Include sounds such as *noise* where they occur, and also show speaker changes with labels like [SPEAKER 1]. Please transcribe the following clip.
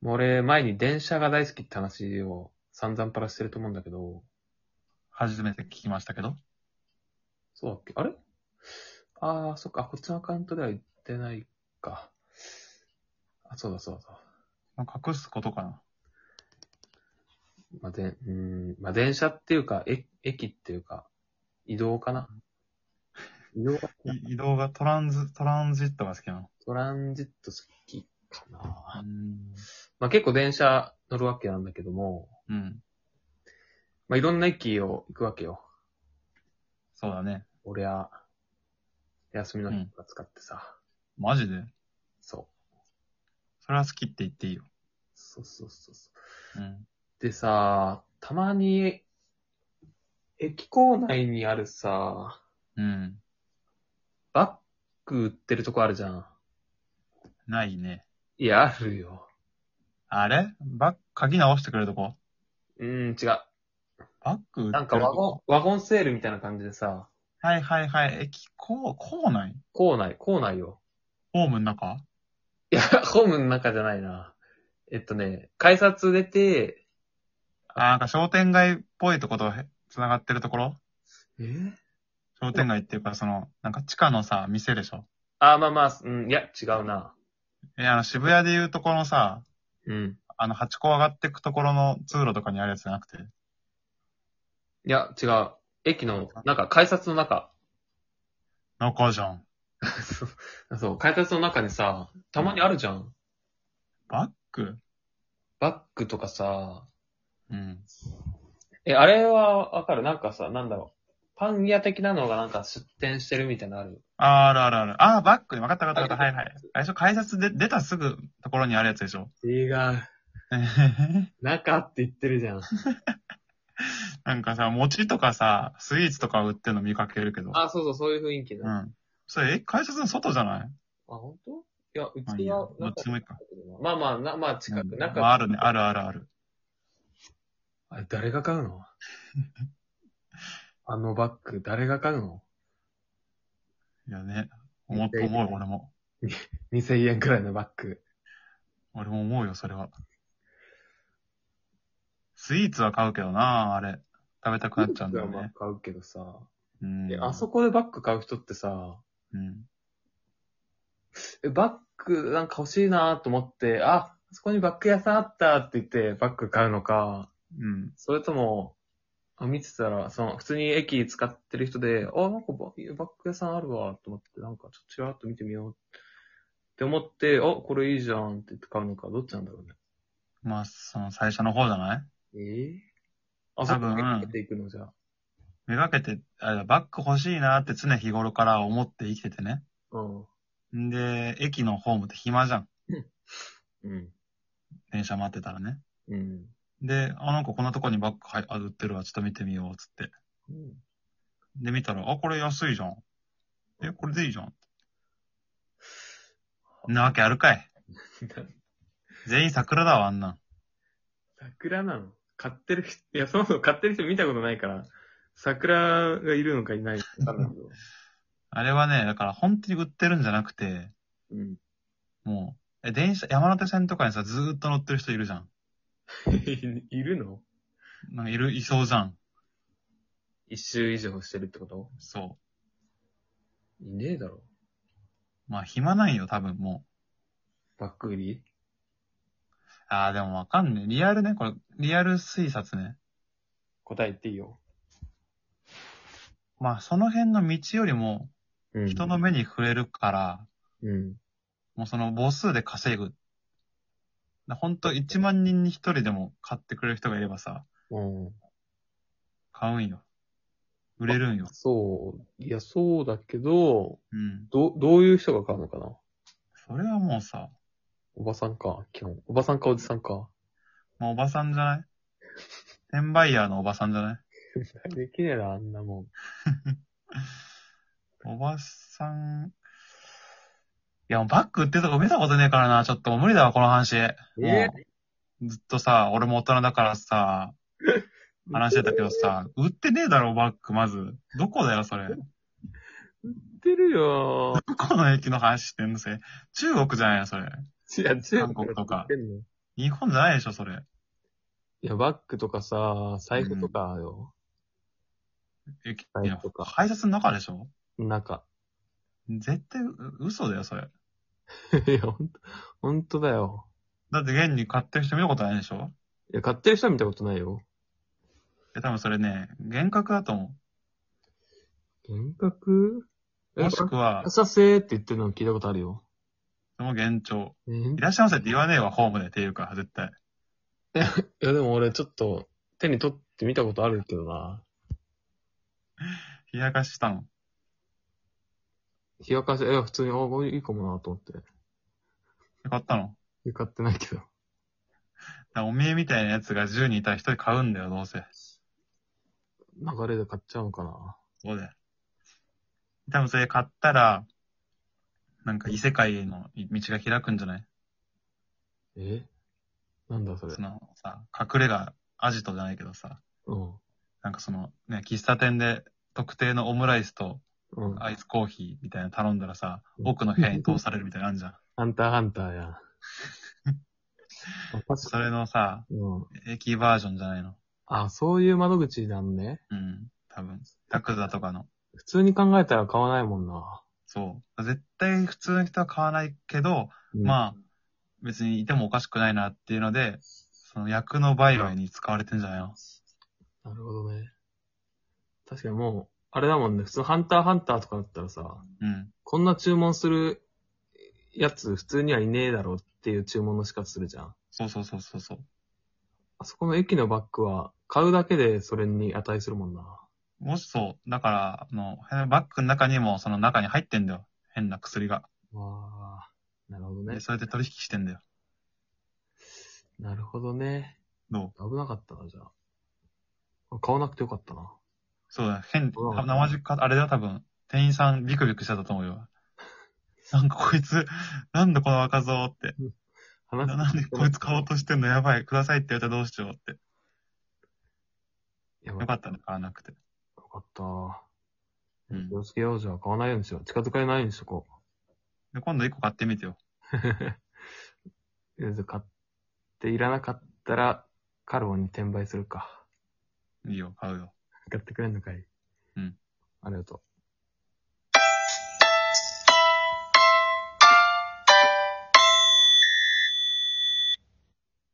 [SPEAKER 1] もう俺、前に電車が大好きって話を散々パラしてると思うんだけど、
[SPEAKER 2] 初めて聞きましたけど。
[SPEAKER 1] そうだっけあれあー、そっか、こっちのアカウントでは言ってないか。あ、そうだそうだそう
[SPEAKER 2] 隠すことかな。
[SPEAKER 1] だ。まあ、で、うーん、まあ、電車っていうか、え駅っていうか、移動かな。移動が、
[SPEAKER 2] い移動がトランズ、トランジットが好きなの。
[SPEAKER 1] トランジット好きかな。
[SPEAKER 2] ん。
[SPEAKER 1] まあ、結構電車乗るわけなんだけども、
[SPEAKER 2] うん。
[SPEAKER 1] まあ、いろんな駅を行くわけよ。
[SPEAKER 2] そうだね。
[SPEAKER 1] 俺は、休みの日とか使ってさ、
[SPEAKER 2] マジで
[SPEAKER 1] そう。
[SPEAKER 2] それは好きって言っていいよ。
[SPEAKER 1] そうそうそうそう。
[SPEAKER 2] うん。
[SPEAKER 1] でさ、たまに、駅構内にあるさ、
[SPEAKER 2] うん。
[SPEAKER 1] バッグ売ってるとこあるじゃん。
[SPEAKER 2] ないね。
[SPEAKER 1] いや、あるよ。
[SPEAKER 2] あれバッ、鍵直してくれるとこ
[SPEAKER 1] うーん、違う。
[SPEAKER 2] バッグ売ってる
[SPEAKER 1] なんかワゴン、ワゴンセールみたいな感じでさ、
[SPEAKER 2] ン。はいはいはい。駅、構、構内
[SPEAKER 1] 構内、構内よ。
[SPEAKER 2] ホームの中
[SPEAKER 1] いや、 *laughs* ホームの中じゃないな。えっとね、改札出て、
[SPEAKER 2] あ、なんか商店街っぽいとことへ繋がってるところ
[SPEAKER 1] え
[SPEAKER 2] 商店街っていうか、その、なんか地下のさ、店でしょ
[SPEAKER 1] あ、まあまあ、うん、いや、違うな。
[SPEAKER 2] え、あの、渋谷でいうとこのさ、
[SPEAKER 1] うん。
[SPEAKER 2] あの、8個上がってくところの通路とかにあるやつじゃなくて。
[SPEAKER 1] いや、違う。駅の、なんか改札の中。 *laughs*
[SPEAKER 2] 中じゃん。
[SPEAKER 1] そうそう、改札の中にさ、たまにあるじゃん。
[SPEAKER 2] バッグ
[SPEAKER 1] バッグとかさ、
[SPEAKER 2] うん。
[SPEAKER 1] え、あれはわかるなんかさ、なんだろう。パン屋的なのがなんか出店してるみたいなのある。
[SPEAKER 2] あーあるあるある。ああ、バッグね。わかったわかったわかった。
[SPEAKER 1] は
[SPEAKER 2] はいいはい。最初、改札で出たすぐところにあるやつでしょ。 *laughs*
[SPEAKER 1] 違う。中って言ってるじゃん。
[SPEAKER 2] なんかさ、餅とかさ、スイーツとか売ってるの見かけるけど。
[SPEAKER 1] あ、そうそう、そういう雰囲気だ。
[SPEAKER 2] う
[SPEAKER 1] あ、
[SPEAKER 2] ん。それ、え、改札の外じゃない
[SPEAKER 1] 本当？いや、う
[SPEAKER 2] まあい
[SPEAKER 1] ち
[SPEAKER 2] いや
[SPEAKER 1] は、
[SPEAKER 2] どっちもいいか。
[SPEAKER 1] まあまあ、なまあ近
[SPEAKER 2] う
[SPEAKER 1] く、
[SPEAKER 2] ん
[SPEAKER 1] 中、
[SPEAKER 2] まあ、あるね。あるあるある。
[SPEAKER 1] あれ誰が買うの *laughs* あのバッグ、誰が買うの
[SPEAKER 2] いやね。思っ思う、俺も。
[SPEAKER 1] ?2000 円くらいのバッグ。
[SPEAKER 2] 俺も思うよ、それは。スイーツは買うけどなあれ。食べたくなっちゃうんだよ
[SPEAKER 1] まあ
[SPEAKER 2] ね。
[SPEAKER 1] 買うけどさ。
[SPEAKER 2] うん。
[SPEAKER 1] え、あそこでバッグ買う人ってさ、
[SPEAKER 2] うん。
[SPEAKER 1] え、バッグなんか欲しいなと思って、あ、そこにバッグ屋さんあったって言ってバッグ買うのか、
[SPEAKER 2] うん。
[SPEAKER 1] それとも、あ見てたら、その、普通に駅使ってる人で、あ、なんかババッグ屋さんあるわと思って、なんかちょっとちらっと見てみようって思って、あ、これいいじゃんって言って買うのか、どっちなんだろうね。
[SPEAKER 2] まあ、その最初の方じゃない
[SPEAKER 1] ええあ、そ
[SPEAKER 2] 多
[SPEAKER 1] こ
[SPEAKER 2] 分
[SPEAKER 1] にかけていくのじゃ。
[SPEAKER 2] めがけて、あれバッグ欲しいなって常日頃から思って生きててね。
[SPEAKER 1] うん。
[SPEAKER 2] んで、駅のホームって暇じゃん。
[SPEAKER 1] うん。
[SPEAKER 2] 電車待ってたらね。
[SPEAKER 1] うん。
[SPEAKER 2] で、あ、なんかこんなとこにバッグはいあ売ってるわ、ちょっと見てみよう、つって。
[SPEAKER 1] うん
[SPEAKER 2] で、見たら、あ、これ安いじゃん。え、これでいいじゃん。なわけあるかい。全員桜だわ、あんなん。
[SPEAKER 1] 桜なの買ってる人、いや、そもそも買ってる人見たことないから、桜がいるのかいないのかわかんないけど。
[SPEAKER 2] あれはね、だから本当に売ってるんじゃなくて、
[SPEAKER 1] *laughs* うん。
[SPEAKER 2] もう、え、電車、山手線とかにさ、ずーっと乗ってる人いるじゃん。
[SPEAKER 1] *laughs* いるの
[SPEAKER 2] なんかいる、いそうじゃん。
[SPEAKER 1] 一周以上してるってこと
[SPEAKER 2] そ
[SPEAKER 1] いねえだろ。
[SPEAKER 2] う。まあ、暇ないよ、多分、もう。
[SPEAKER 1] バック売り
[SPEAKER 2] ああ、でもわかんねえ。リアルね、これ、リアル推察ね。
[SPEAKER 1] 答え言っていいよ。
[SPEAKER 2] まあ、その辺の道よりも、
[SPEAKER 1] うん
[SPEAKER 2] 人の目に触れるから、
[SPEAKER 1] うん。
[SPEAKER 2] もうその母数で稼ぐ。なほんと、1万人に1人でも買ってくれる人がいればさ、
[SPEAKER 1] うん。
[SPEAKER 2] 買うんよ。売れるんよ。
[SPEAKER 1] そう。いや、そうだけど、
[SPEAKER 2] うん。
[SPEAKER 1] ど、どういう人が買うのかな
[SPEAKER 2] それはもうさ、
[SPEAKER 1] おばさんか、基本。おばさんかおじさんか。 *laughs*
[SPEAKER 2] まあ、おばさんじゃない転売ヤーのおばさんじゃない
[SPEAKER 1] できねえな、あんなもん。
[SPEAKER 2] おばさん、いや、もうバッグ売ってるとこ見たことねえからな、ちょっともう無理だわ、この話。もう、ずっとさ、俺も大人だからさ、話してたけどさ、売ってねえだろ、バッグ、まず。どこだよ、それ。
[SPEAKER 1] 売ってる
[SPEAKER 2] *laughs*
[SPEAKER 1] よ
[SPEAKER 2] どこの駅の話してんのせ。中国じゃないよ、それ。
[SPEAKER 1] いや、中国
[SPEAKER 2] 韓国とか
[SPEAKER 1] 売ってんの
[SPEAKER 2] 日本じゃないでしょ、それ。
[SPEAKER 1] いや、バッグとかさ、財布とかよ、
[SPEAKER 2] え、
[SPEAKER 1] はい
[SPEAKER 2] いや
[SPEAKER 1] とか、
[SPEAKER 2] 改札の中でしょ
[SPEAKER 1] 中。 *laughs*
[SPEAKER 2] 絶対う、嘘だよ、それ。
[SPEAKER 1] いや、ほんと、ほんとだよ。
[SPEAKER 2] だって現に買ってる人見たことないでしょ
[SPEAKER 1] いや、買ってる人は見たことないよ。
[SPEAKER 2] え、多分それね、幻覚だと思
[SPEAKER 1] 幻覚
[SPEAKER 2] う。もしくは
[SPEAKER 1] 落、車性って言ってるの聞いたことあるよ。
[SPEAKER 2] その幻聴。
[SPEAKER 1] え
[SPEAKER 2] いらっしゃいませって言わねえわ、ホームでっていうか、絶対。
[SPEAKER 1] いや、でも俺ちょっと手に取って見たことあるけどな。
[SPEAKER 2] 冷やかししたの。
[SPEAKER 1] 冷やかし、いや、普通に、あ、これいいかもなと思って。
[SPEAKER 2] で買ったの。
[SPEAKER 1] 買ってないけど。
[SPEAKER 2] だからおめえみたいなやつが10人いたら1人買うんだよ、どうせ。
[SPEAKER 1] 流れで買っちゃうのかな。
[SPEAKER 2] そうだよ。多分それ買ったら、なんか異世界への道が開くんじゃない
[SPEAKER 1] えなんだそれ
[SPEAKER 2] そ。のさ、隠れがアジトじゃないけどさ、
[SPEAKER 1] うん。
[SPEAKER 2] なんかそのね、喫茶店で特定のオムライスと
[SPEAKER 1] うん。
[SPEAKER 2] アイスコーヒーみたいなの頼んだらさ、
[SPEAKER 1] うん
[SPEAKER 2] 奥の部屋に通されるみたいなのあんじゃん。
[SPEAKER 1] ハンターハンターやん。あ確
[SPEAKER 2] そ
[SPEAKER 1] か
[SPEAKER 2] れのさ、
[SPEAKER 1] に。うん。
[SPEAKER 2] 駅バージョンじゃないの。
[SPEAKER 1] あ、そういう窓口なんね。
[SPEAKER 2] うん、多分。ヤクザとかの。
[SPEAKER 1] 普通に考えたら買わないもんな。
[SPEAKER 2] そう。絶対普通の人は買わないけど、
[SPEAKER 1] あ。
[SPEAKER 2] まあ、別にいてもおかしくないなっていうので、その役の売買に使われてんじゃないの
[SPEAKER 1] なるほどね。確かにもう、あれだもんね。普通ハンターハンターとかだったらさ、
[SPEAKER 2] うん。
[SPEAKER 1] こんな注文するやつ普通にはいねえだろうっていう注文の仕方するじゃん。
[SPEAKER 2] そうそうそうそうそう。
[SPEAKER 1] あそこの駅のバッグは買うだけでそれに値するもんな。
[SPEAKER 2] もしそう、だから、あの、へバッグの中にも、その中に入ってんだよ。変な薬が。
[SPEAKER 1] わあ、なるほどね
[SPEAKER 2] で、。それで取引してんだよ。
[SPEAKER 1] なるほどね。
[SPEAKER 2] どう
[SPEAKER 1] 危なかったな、じゃあ。買わなくてよかったな。
[SPEAKER 2] そうだよ、変、
[SPEAKER 1] うわ
[SPEAKER 2] た生地か、あれだよ、多分、店員さんビクビクしてたと思うよ。なんかこいつ、なんだこの若造って。
[SPEAKER 1] 話
[SPEAKER 2] ななんでこいつ買おうとしてんのやばい、くださいって言われたらどうしようって。
[SPEAKER 1] やばか
[SPEAKER 2] よか
[SPEAKER 1] っ
[SPEAKER 2] ったね、買わなくて。
[SPEAKER 1] た。よかった。
[SPEAKER 2] うん
[SPEAKER 1] 気。をつけようじゃあ買わないようにしよう。 *laughs* 近づかれないようにしとこ
[SPEAKER 2] で、今度一個買ってみてよ。
[SPEAKER 1] う。とりあえず買っていらなかったら、カルボンに転売するか。
[SPEAKER 2] いいよ、買うよ。
[SPEAKER 1] 買ってくれんのかい
[SPEAKER 2] うん。
[SPEAKER 1] ありがとう。